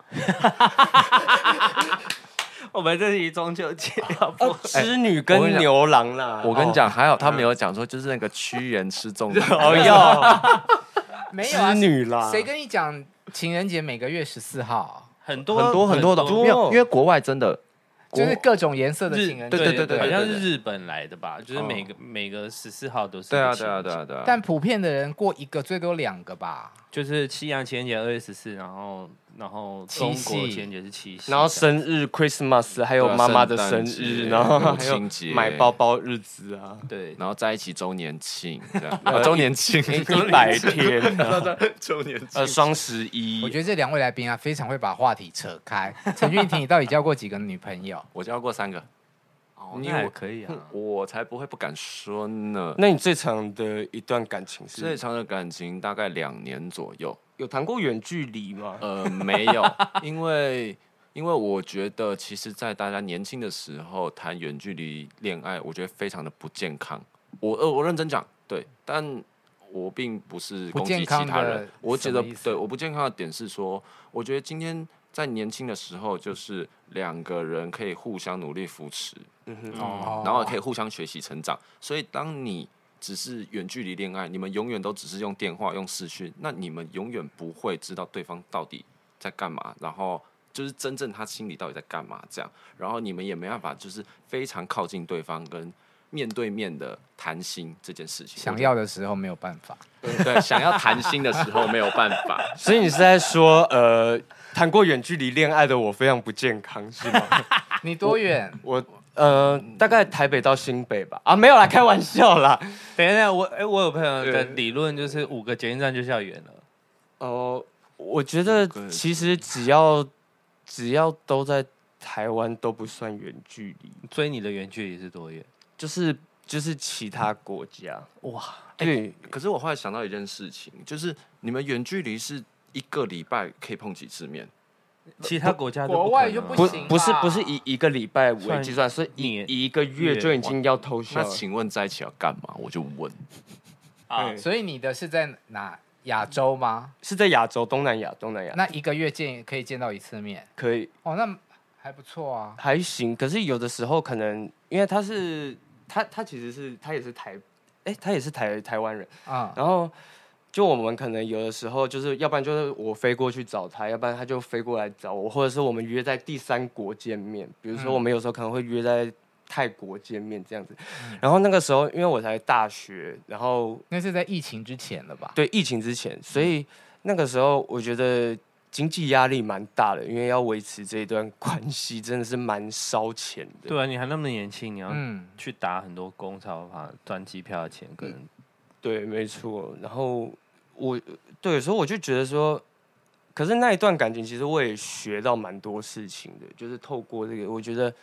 S5: 我们这里中秋 节要
S6: 哦
S5: 不，
S6: 织女
S2: 哎我跟
S6: 跟
S2: 你讲
S6: 牛郎啦。，
S2: 我跟你讲，还好他没有讲说就是那个屈原吃粽子
S6: 哦，
S2: 啊
S6: 要
S3: 没有啊
S6: 织，女啦，
S3: 谁跟你讲情人节每个月十四号？
S5: 很多
S2: 很多很多的，
S6: 多
S2: 没有，因为国外真的国
S3: 就是各种颜色的
S5: 日
S3: 情人 节。
S2: 对对对对
S5: 好像
S2: 对
S5: 是
S2: 对
S5: 日本来的吧，就是每个每个十四号都是
S2: 对啊
S5: 情
S2: 对啊
S5: 人
S2: 对
S5: 节
S2: 啊对啊，
S3: 但普遍的人过一个最多两个吧。
S5: 就是西洋情人节二月十四，然后然后
S3: 七
S5: 中国
S3: 夕
S5: 情人节是七夕，
S6: 然后生日 Christmas，还有
S2: 对啊
S6: 妈妈的
S2: 圣诞
S6: 生
S2: 节
S6: 日，然后
S2: 母
S6: 还有
S2: 亲节
S6: 买包包日子啊，
S5: 对哎
S2: 然后在一起周年庆这 样，啊周年庆
S6: 一百天，
S2: 周年
S6: 呃，双十一，
S3: 我觉得这两位来宾啊，非常会把话题扯开。陈俊廷，你到底交过几个女朋友？
S2: 我交过三个，
S5: 哦
S2: 你
S5: 那还
S2: 我
S5: 可以啊。
S2: 我才不会不敢说呢。
S6: 那你最长的一段感情
S2: 最
S6: 是
S2: 长的感情大概两年左右，
S6: 有谈过远距离吗？
S2: 呃，没有，因为因为我觉得，其实，在大家年轻的时候谈远距离恋爱，我觉得非常的不健康。我呃，我认真讲，对，但我并不是
S3: 不
S2: 攻击
S3: 健
S2: 其
S3: 康
S2: 他
S3: 的
S2: 人。我觉
S3: 什
S2: 得
S3: 么意，思
S2: 对，我不健康的点是说，我觉得今天在年轻的时候，就是两个人可以互相努力扶持，
S6: 嗯哼，
S3: 哦
S2: 然后可以互相学习成长。所以，当你只是远距离恋爱，你们永远都只是用电话、用视讯，那你们永远不会知道对方到底在干嘛，然后就是真正他心里到底在干嘛这样。然后你们也没办法，就是非常靠近对方跟面对面的谈心这件事情。
S3: 想
S2: 我觉
S3: 要的时候没有办法。
S2: 得对，想要谈心的时候没有办法，
S6: 所以你是在说，呃，谈过远距离恋爱的我非常不健康 是吗？
S3: 你多远？
S6: 我呃，大概台北到新北吧，啊，没有啦，开玩笑啦。
S5: 等一下，我哎，我有朋友的
S6: 对
S5: 理论就是五个捷运站就校园了。
S6: 哦、我觉得
S2: 个
S6: 其实只要只要都在台湾都不算远距离。
S5: 追你的远距离是多远？
S6: 就是就是其他国家哇，
S3: 哎
S6: 对，
S2: 可是我后来想到一件事情，就是你们远距离是一个礼拜可以碰几次面？
S5: 其他国家都
S3: 国
S5: 可
S3: 外
S5: 能
S3: 就
S5: 啊
S3: 不
S6: 不
S3: 行
S6: 不是
S3: 吧
S6: 不是以一个礼拜为计算，是以
S5: 算
S6: 以一个月就已经要偷笑
S2: 那
S6: 了。
S2: 请问在一起要干嘛？我就问，
S3: 啊，
S6: 对
S3: 所以你的是在哪亚洲吗？
S6: 是在亚洲，东南亚，东南亚
S3: 那一个月见可以见到一次面，
S6: 可以
S3: 哦，那还不错啊。
S6: 还行，可是有的时候可能因为他是他他其实是他也是台，哎、他也是台台湾人，
S3: 啊、
S6: 然后就我们可能有的时候就是要不然就是我飞过去找他，要不然他就飞过来找我，或者是我们约在第三国见面，比如说
S3: 嗯
S6: 我们有时候可能会约在泰国见面这样子，然后那个时候因为我才大学，然后
S3: 那是在疫情之前了吧？
S6: 对疫情之前，所以那个时候我觉得经济压力蛮大的，因为要维持这一段关系真的是蛮烧钱的。
S5: 对啊，你还那么年轻，你要
S3: 嗯，
S5: 去打很多工，才有办法赚机票的钱，可能
S6: 对，没错。然后我对，所以我就觉得说，可是那一段感情其实我也学到蛮多事情的，就是透过这个，我觉得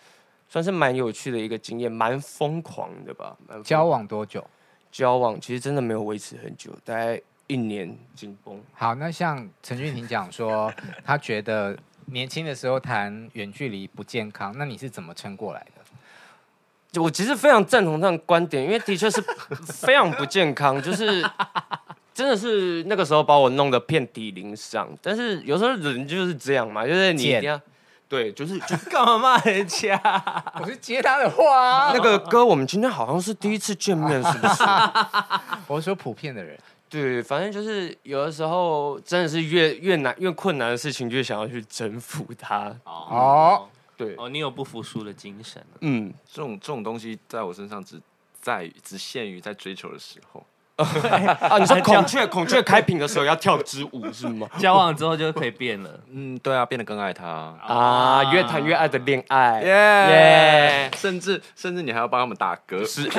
S6: 算是蛮有趣的一个经验，蛮疯狂的吧。蛮疯
S3: 交往多久？
S6: 交往其实真的没有维持很久，大概一年紧绷。
S3: 好，那像陈俊廷讲说，他觉得年轻的时候谈远距离不健康，那你是怎么撑过来的？
S6: 就我其实非常赞同他的观点，因为的确是非常不健康，就是真的是那个时候把我弄得遍体鳞伤。但是有时候人就是这样嘛，就是你一定要对，就是就干嘛骂人家？
S3: 我是接他的话、啊
S6: 那个哥，我们今天好像是第一次见面，是 不是？
S3: 我是说普遍的人，
S6: 对，反正就是有的时候真的是越越难越困难的事情，就想要去征服它。
S3: 哦，
S6: 对，
S5: 哦，你有不服输的精神啊、
S6: 嗯，
S2: 这种这种东西在我身上只在于只限于在追求的时候。
S6: 啊，你说孔雀孔雀开屏的时候要跳支舞是吗？
S5: 交往之后就可以变了，
S2: 嗯，对啊，变得更爱他。
S6: 啊，越谈越爱的恋爱。
S2: 耶
S6: 耶
S2: 甚至甚至你还要帮他们打嗝， 是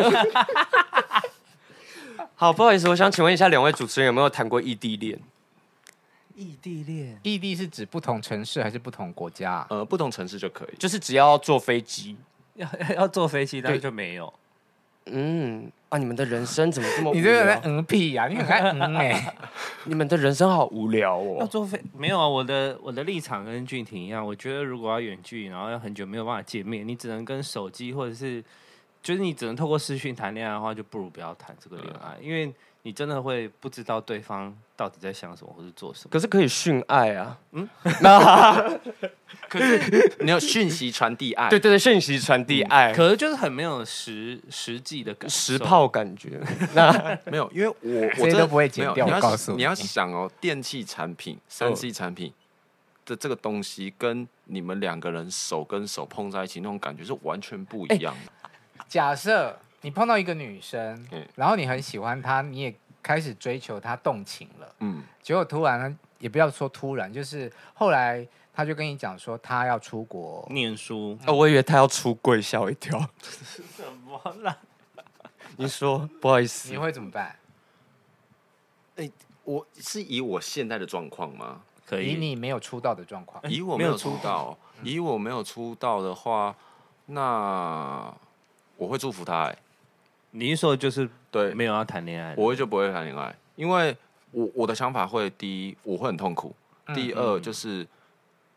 S6: 好，不好意思，我想请问一下两位主持人有没有谈过异地恋？
S5: 异地恋。
S3: 异地是指不同城市还是不同国家啊、
S2: 呃不同城市就可以。
S6: 就是只要坐飞机，
S5: 要 要坐飞机，但
S6: 对
S5: 是就没有。
S6: 嗯啊，你们的人呃生怎么这么无
S3: 你这个人在
S6: 聊？
S3: 嗯屁呀、你很爱嗯哎、
S6: 你们的人生好无聊
S5: 要
S6: 哦。
S5: 坐飞没有啊？我的我的立场跟俊廷一样，我觉得如果要远距离，然后要很久没有办法见面，你只能跟手机或者是，就是你只能透过视讯谈恋爱的话，就不如不要谈这个恋爱，因为你真的会不知道对方到底在想什么或是做什么。
S6: 可是可以训爱啊，
S2: 你要讯息传递爱，
S6: 对对对，讯息传递爱，
S5: 可是就是很没有实实际的感受
S6: 实炮感觉。
S2: 没有，因为我我
S3: 这些
S2: 真
S3: 都
S2: 的
S3: 不会剪掉
S2: 没有你
S3: 我
S2: 要
S3: 告诉你
S2: 你要想哦，电器产品、三 C 产品的这个东西，跟你们两个人手跟手碰在一起那种感觉是完全不一样的。
S3: 假设你碰到一个女生，
S2: 嗯
S3: 然后你很喜欢她，你也开始追求她，动情了，
S2: 嗯，
S3: 结果突然也不要说突然，就是后来她就跟你讲说她要出国，
S5: 念书
S6: 啊，我以为他要出柜，吓我一跳。
S5: 什么啦？
S6: 你说，不好意思
S3: 你，会怎么办？
S2: 我是以我现在的状况吗？
S5: 可
S3: 以
S5: 以，
S3: 你没有出道的状况，
S2: 以我
S5: 哎
S2: 没
S5: 没有嗯
S2: 有出道，以我没有出道的话，那我会祝福他、哎，
S5: 你一说就是
S2: 对，
S5: 没有要谈恋爱的，
S2: 我会就不会谈恋爱，因为我我的想法会第一，我会很痛苦；第二就是，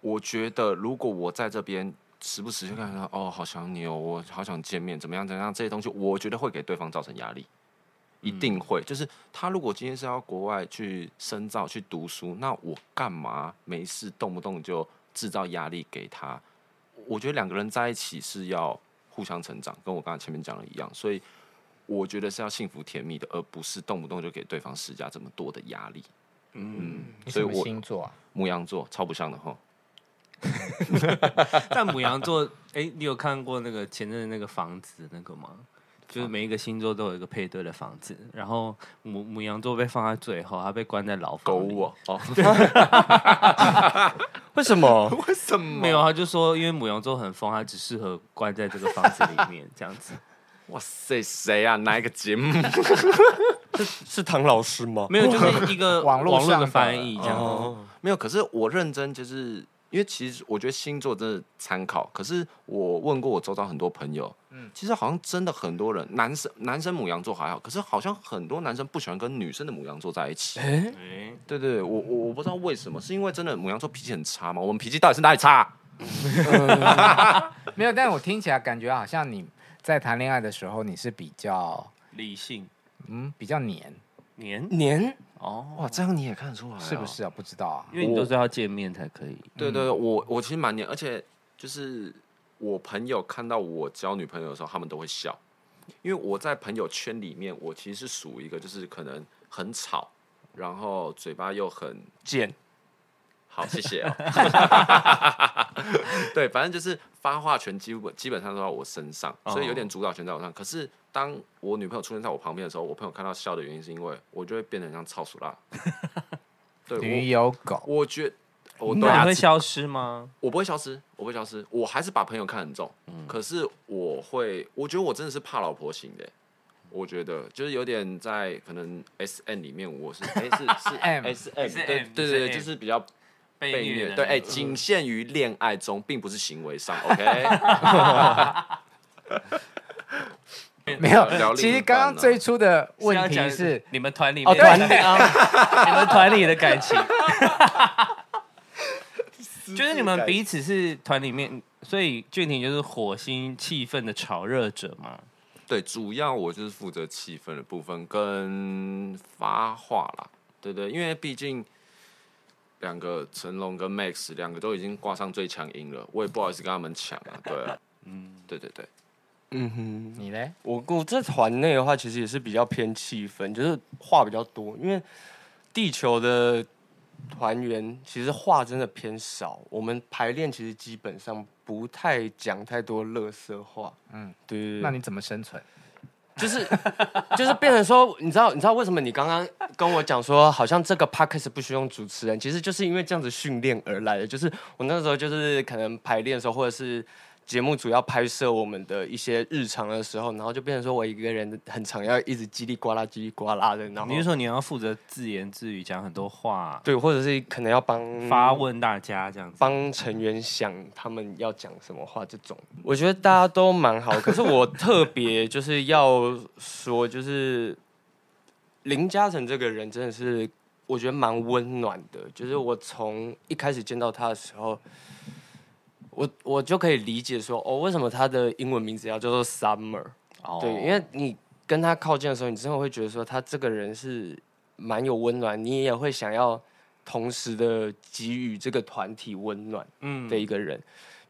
S2: 我觉得如果我在这边时不时就看到哦，好想你哦，我好想见面，怎么样怎么样这些东西，我觉得会给对方造成压力，一定会。就是他如果今天是要国外去深造去读书，那我干嘛没事动不动就制造压力给他？我觉得两个人在一起是要互相成长，跟我刚才前面讲的一样，所以我觉得是要幸福甜蜜的，而不是动不动就给对方施加这么多的压力。嗯，
S3: 你
S2: 所
S3: 什
S2: 以
S3: 么
S2: 我
S3: 星座啊？
S2: 母羊座超不像的哈，
S5: 但母羊座，哎、你有看过那个前阵子那个房子那个吗？就是每一个星座都有一个配对的房子，然后母母羊座被放在最后，它被关在牢
S2: 狗
S5: 房里。
S2: 我 哦，
S6: 为什么？
S2: 为什么
S5: 没有，啊他就说因为母羊座很疯，它只适合关在这个房子里面这样子。
S3: 哦
S2: 哇塞，谁啊？哪一个节 目？
S6: 是唐老师吗？
S5: 没有，就是一个
S3: 网络
S5: 网络
S3: 上
S5: 的
S3: 的
S5: 翻译这样。
S6: 哦，
S2: 没有，可是我认真就是因为其实我觉得星座真的参考，可是我问过我周遭很多朋友，嗯，其实好像真的很多人，男生男生母羊座还好，可是好像很多男生不喜欢跟女生的母羊座在一起。
S5: 哎，
S2: 对对，我我我不知道为什么，是因为真的母羊座脾气很差吗？我们脾气到底是哪里差啊？
S3: 没有，但我听起来感觉好像你在谈恋爱的时候，你是比较
S5: 理性
S3: 嗯比较黏，
S5: 年
S6: 年
S5: 哦，
S2: 哇，这样你也看得出来、
S3: 是不？是啊？不知道啊。
S5: 因为你都是要见面才可以。
S2: 对对，对我我其实蛮黏，而且就是我朋友看到我交女朋友的时候，他们都会笑，因为我在朋友圈里面，我其实是属于一个就是可能很吵，然后嘴巴又很
S6: 见
S2: 好，谢谢、哦。 对，反正就是发话权基本基本上都在我身上，所以有点主导权在我上。可是当我女朋友出现在我旁边的时候，我朋友看到笑的原因是因为我就会变得很像超鼠辣。
S3: 女
S2: 对，
S3: 友狗，
S2: 我我觉我
S3: 啊
S5: 那你
S2: 对啊
S5: 会消失吗？
S2: 我不会消失，我不会消失，我还是把朋友看很重。可是我会，我觉得我真的是怕老婆型的、我觉得就是有点在可能 S M 里面，我是哎、是是
S3: M
S2: S M
S5: 是 M，
S2: 对对对，
S5: 是 M
S2: 就是比较被虐，
S5: 的
S2: 对，
S5: 那
S2: 哎、
S5: 种
S2: 仅限于恋爱中，并不是行为上，OK？
S3: 没有
S2: 聊。
S3: 其
S2: 另
S3: 实
S2: 一
S3: 刚
S2: 半啊
S3: 刚
S2: 呢
S3: 最初的
S5: 要
S3: 问
S5: 讲
S3: 题是，
S5: 你们团里
S6: 哦
S5: 面
S6: 团里
S5: 啊，你们团里的感 情，就是你们彼此是团里面，所以俊廷就是火星气氛的炒热者嘛。
S2: 对，主要我就是负责气氛的部分跟发话啦，对对，因为毕竟两个成龙跟 Max 两个都已经挂上最强音了，我也不好意思跟他们抢啊，对啊， 嗯，对对对，
S6: 嗯哼，
S3: 你嘞？
S6: 我我在团内的话，其实也是比较偏气氛，就是话比较多，因为地球的团员其实话真的偏少，我们排练其实基本上不太讲太多乐色话。嗯
S3: 嗯，
S6: 对对对。
S3: 那你怎么生存？
S6: 就是就是变成说，你知道你知道为什么你刚刚跟我讲说，好像这个 podcast 不需要主持人，其实就是因为这样子训练而来的。就是我那时候就是可能排练的时候，或者是节目组要拍摄我们的一些日常的时候，然后就变成说我一个人很常要一直叽里呱啦叽里呱啦的，然后
S5: 你是说你要负责自言自语，讲很多话，
S6: 对，或者是可能要帮
S5: 发问大家这样子？
S6: 帮成员想他们要讲什么话，这种我觉得大家都蛮好。可是我特别就是要说，就是林嘉诚这个人真的是我觉得蛮温暖的。就是我从一开始见到他的时候，我我就可以理解说，哦，为什么他的英文名字要叫做 Summer。
S5: 哦
S6: 对，因为你跟他靠近的时候，你真的会觉得说他这个人是蛮有温暖，你也会想要同时的给予这个团体温暖
S5: 嗯
S6: 的一个人。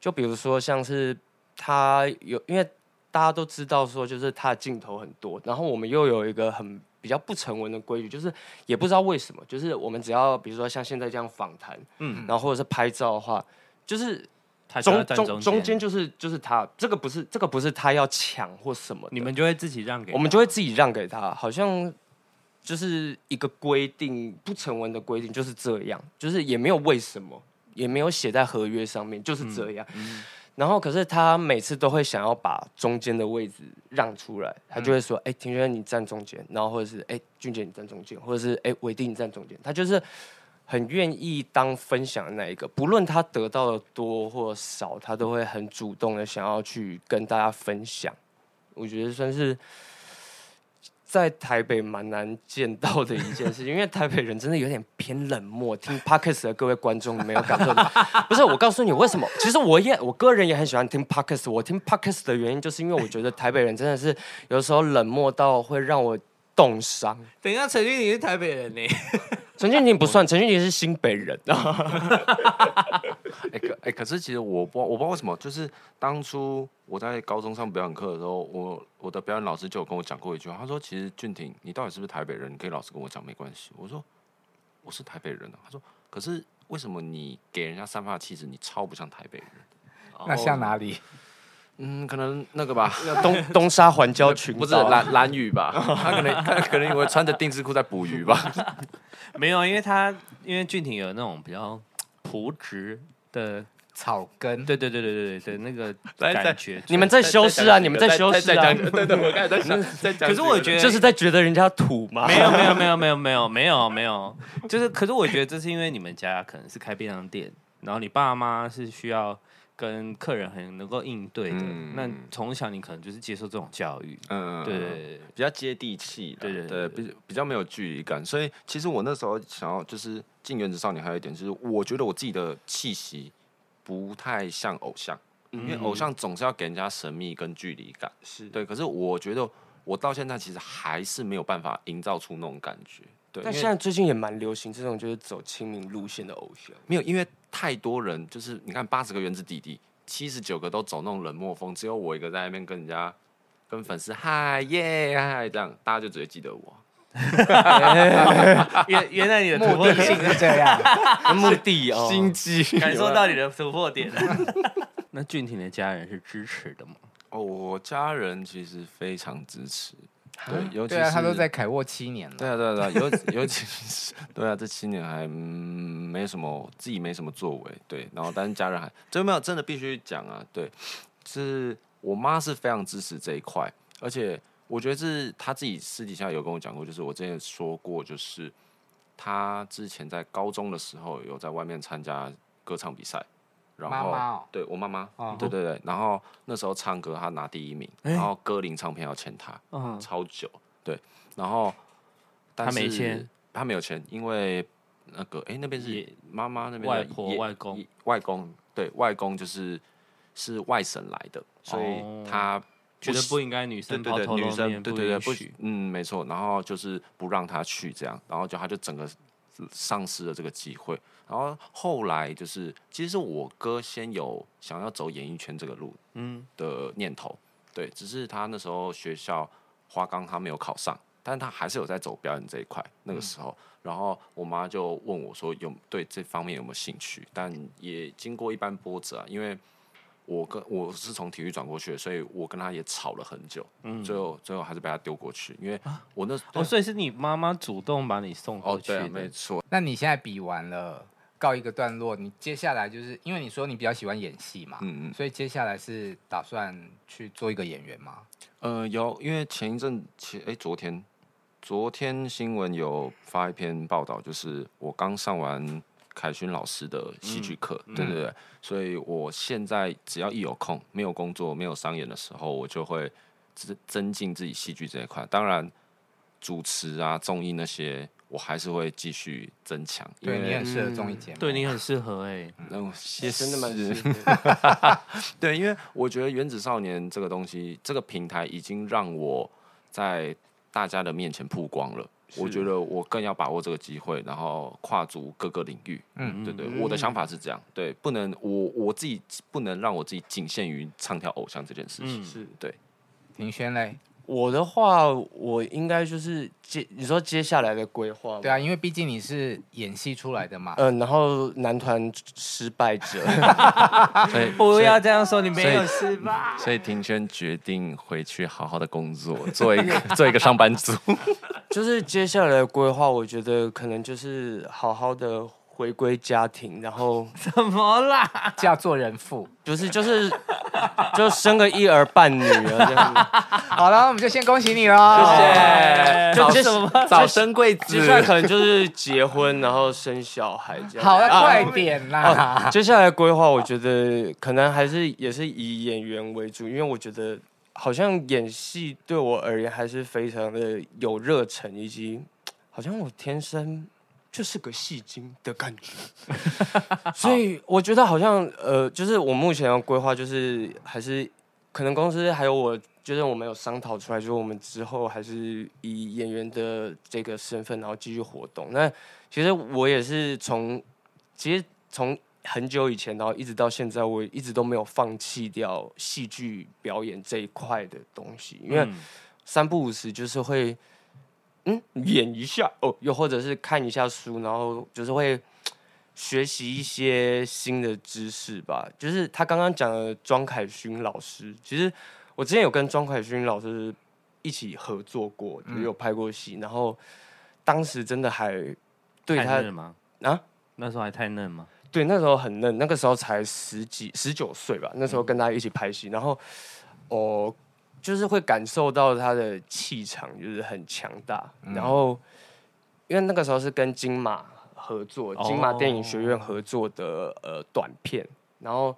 S6: 就比如说像是他有，因为大家都知道说，就是他的镜头很多，然后我们又有一个很比较不成文的规矩，就是也不知道为什么，就是我们只要比如说像现在这样访谈，
S5: 嗯，
S6: 然后或者是拍照的话，就是
S5: 他就要
S6: 中
S5: 站
S6: 中中
S5: 中
S6: 间，就是就是他，这个不是这个不是他要抢或什么的，
S5: 你们就会自己让给
S6: 我们就会自己让给他，好像就是一个规定，不成文的规定就是这样，就是也没有为什么，也没有写在合约上面，就是这样。
S5: 嗯
S6: 然后，可是他每次都会想要把中间的位置让出来，他
S5: 嗯
S6: 就会说：“哎、庭轩你站中间，然后或者是哎、俊杰你站中间，或者是哎、伟弟你站中间。”他就是很愿意当分享的那一个，不论他得到的多或少，他都会很主动的想要去跟大家分享。我觉得算是在台北蛮难见到的一件事情，因为台北人真的有点偏冷漠。听 podcast 的各位观众，你没有感受到？ 不是，我告诉你为什么？其实我也我个人也很喜欢听 podcast。我听 podcast 的原因，就是因为我觉得台北人真的是有时候冷漠到会让我冻伤。
S5: 等一下，陈俊廷是台北人呢，
S6: 陈俊廷不算，陈俊廷是新北人。
S2: 哎、可哎、可是其实我不我不知道为什么，就是当初我在高中上表演课的时候，我我的表演老师就有跟我讲过一句话，他说：“其实俊廷，你到底是不是台北人？你可以老实跟我讲，没关系。”我说：“我是台北人啊。”他说：“可是为什么你给人家散发的气质，你超不像台北人？”哦
S3: 那像哪里？
S2: 嗯，可能那个吧，
S6: 东东沙环礁群
S2: 不是
S6: 岛
S2: 蓝蓝雨吧？他可能他可能以为穿着定制裤在捕鱼吧？
S5: 没有，因为他因为俊廷有那种比较朴直的，
S3: 草根？
S5: 对对对对对对的那个
S2: 来来
S5: 感觉。
S6: 你们在修饰啊！你们在修饰啊！
S2: 对对，我刚才在想，在讲
S5: 可是我觉得
S6: 就是在觉得人家土嘛。
S5: 没有没有没有没有没有没有没有，就是可是我觉得这是因为你们家可能是开便当店，然后你爸妈是需要跟客人很能够应对的。
S2: 嗯
S5: 那从小你可能就是接受这种教育，
S2: 嗯，
S5: 对对对对
S2: 比较接地气啦，
S5: 对对
S2: 对，
S5: 对
S2: 比比较没有距离感。所以其实我那时候想要就是进原子少年，还有一点就是，我觉得我自己的气息不太像偶像，因为偶像总是要给人家神秘跟距离感。
S6: 是
S2: 对，可是我觉得我到现在其实还是没有办法营造出那种感觉。对，
S6: 但
S2: 因为
S6: 现在最近也蛮流行这种就是走亲民路线的偶像，
S2: 没有，因为太多人就是你看八十个原子弟弟，七十九个都走那种冷漠风，只有我一个在那边跟人家跟粉丝嗨耶嗨这样，大家就直接记得我。
S5: 原原来你的突
S3: 目
S5: 破
S3: 的性是这样。
S6: 目的哦，
S2: 机
S5: 感受到你的突破点。 那俊廷的家人是支持的吗？
S2: 哦，我家人其实非常支持，对，尤其
S3: 对
S2: 是
S3: 啊，他都在凯沃七年了。
S2: 对啊，对啊，对啊，尤尤其是对啊，这七年还、嗯、没什么自己没什么作为，对，然后但是家人还真没有真的必须讲啊，对，是我妈是非常支持这一块，而且我觉得是她自己私底下有跟我讲过，就是我之前说过，就是她之前在高中的时候有在外面参加歌唱比赛，然
S3: 妈
S2: 后
S3: 妈哦
S2: 对我妈妈，
S3: 哦
S2: 对对对，然后那时候唱歌她拿第一名，然后歌林唱片要签她，
S5: 嗯，
S2: 超久，对，然后但
S5: 他没
S2: 是
S5: 签，
S2: 他没有签，因为那个哎、那边是
S5: 爷
S2: 妈妈那边的
S5: 外婆
S2: 爷
S5: 外公
S2: 爷外公对外公就是是外省来的，所
S5: 哦
S2: 以他
S5: 觉得
S2: 行
S5: 不应该
S2: 对
S5: 女生
S2: 对
S5: 抛
S2: 对
S5: 头
S2: 女
S5: 露
S2: 生
S5: 面，
S2: 对对对
S5: 不
S2: 不
S5: 允许
S2: 嗯没错，然后就是不让他去这样，然后就他就整个丧失了这个机会，然后后来就是其实是我哥先有想要走演艺圈这个路
S5: 嗯，
S2: 的念头。对，只是他那时候学校花岗他没有考上，但他还是有在走表演这一块。那个
S5: 嗯
S2: 时候，然后我妈就问我说有对这方面有没有兴趣，但也经过一番波折啊，因为。我跟我是从体育转过去的，所以我跟他也吵了很久，最后最后还是被他丢过去，因为我那
S5: 嗯哦，所以是你妈妈主动把你送
S2: 哦
S5: 过去
S2: 对啊，
S5: 的，
S2: 没错，
S3: 那你现在比完了，告一个段落，你接下来就是因为你说你比较喜欢演戏嘛，
S2: 嗯嗯，
S3: 所以接下来是打算去做一个演员吗？
S2: 呃，有，因为前一阵前哎、昨天昨天新闻有发一篇报道，就是我刚上完凯勋老师的戏剧课，
S6: 嗯
S2: 对对对，所以我现在只要一有空，没有工作、没有商演的时候，我就会增增进自己戏剧这一块。当然，主持啊、综艺那些，我还是会继续增强，因
S3: 对
S2: 为
S3: 你很适合
S6: 嗯
S3: 综艺节目，
S5: 对你很适合哎，
S2: 嗯，谢谢，
S6: 真的蛮
S2: 是
S6: 适 合的
S2: 对，因为我觉得《原子少年》这个东西，这个平台已经让我在大家的面前曝光了。我觉得我更要把握这个机会，然后跨足各个领域。嗯，对对，我的想法是这样，对，不能我我自己不能让我自己仅限于唱跳偶像这件事情。
S6: 是
S2: 对，
S3: 庭轩嘞，
S6: 我的话，我应该就是接你说接下来的规划吗，
S3: 对啊，因为毕竟你是演戏出来的嘛，
S6: 嗯，然后男团失 败者，
S2: 所以
S5: 不要这样说，你没
S2: 所以
S5: 有失败。
S2: 所以庭轩决定回去好好的工作，做 一个做一个上班族。
S6: 就是接下来的规划，我觉得可能就是好好的回归家庭，然后
S5: 怎么啦？
S3: 叫做人父。
S6: 不是就是就生个一儿半女儿 这样子。
S3: 好了，我们就先恭喜你喽，
S5: 哎
S6: 就
S5: 搞
S6: 这
S5: 什么
S2: 早生贵
S6: 接
S2: 子
S6: 下，来可能就是结婚，然后生小孩这样。
S3: 好了，
S6: 啊哦
S3: 快点啦！
S6: 接下来规划，我觉得可能还是也是以演员为主，因为我觉得好像演戏对我而言还是非常的有热忱，以及好像我天生就是个戏精的感觉，所以我觉得好像呃，就是我目前的规划就是还是可能公司还有我。就是我们有商讨出来，就是我们之后还是以演员的这个身份，然后继续活动。那其实我也是从，其实从很久以前，然后一直到现在，我一直都没有放弃掉戏剧表演这一块的东西，因为
S5: 嗯
S6: 三不五时就是会，嗯，演一下哦，又或者是看一下书，然后就是会学习一些新的知识吧。就是他刚刚讲的庄凯勋老师，其实我之前有跟庄凯勋老师一起合作过，也有拍过戏，然后当时真的还对
S5: 太
S6: 他
S5: 嫩吗？
S6: 啊。
S5: 那时候还太嫩吗？
S6: 对，那时候很嫩，那个时候才十几、十九岁吧。那时候跟他一起拍戏，然后哦，就是会感受到他的气场就是很强大。然后因为那个时候是跟金马合作，
S5: 哦
S6: 金马电影学院合作的呃短片，然后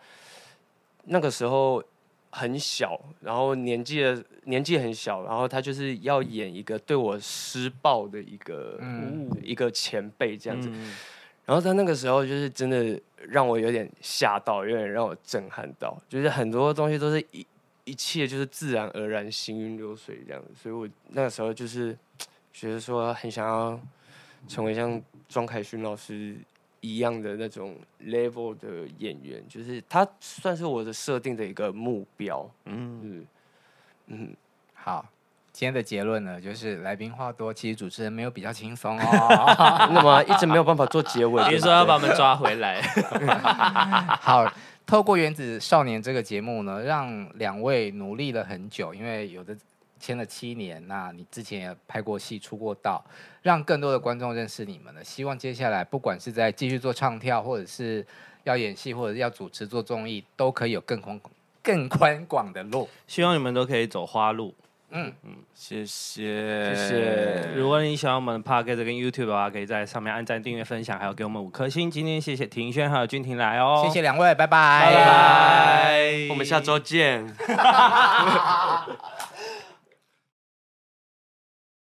S6: 那个时候很小，然后年纪的年纪很小，然后他就是要演一个对我施暴的一个、
S3: 嗯
S6: 一个前辈这样子，
S5: 嗯
S6: 然后他那个时候就是真的让我有点吓到，有点让我震撼到，就是很多东西都是一一切就是自然而然、行云流水这样子。所以我那个时候就是觉得说很想要成为像庄凯勋老师一样的那种 level 的演员，就是他算是我的设定的一个目标。
S5: 嗯，
S6: 嗯嗯，
S3: 好，今天的结论呢，就是来宾话多，其实主持人没有比较轻松哦。
S6: 那么一直没有办法做 结尾，
S5: 比
S6: 对
S5: 如
S6: 不
S5: 说要
S6: 对啊
S5: 把我们抓回来，
S3: 好，透过《原子少年》这个节目呢，让两位努力了很久，因为有的签了七年，那你之前也拍过戏、出过道，让更多的观众认识你们了。希望接下来不管是在继续做唱跳，或者是要演戏，或者是要主持做综艺，都可以有更宽更宽广的路。
S5: 希望你们都可以走花路。
S2: 谢谢，
S6: 谢谢
S5: 如果你喜欢我们的 Podcast 跟 YouTube 的话，可以在上面按赞、订阅、分享，还有给我们五颗星。今天谢谢庭轩还有君婷来哦，
S3: 谢谢两位，拜拜
S5: 拜拜
S6: 我们下周见。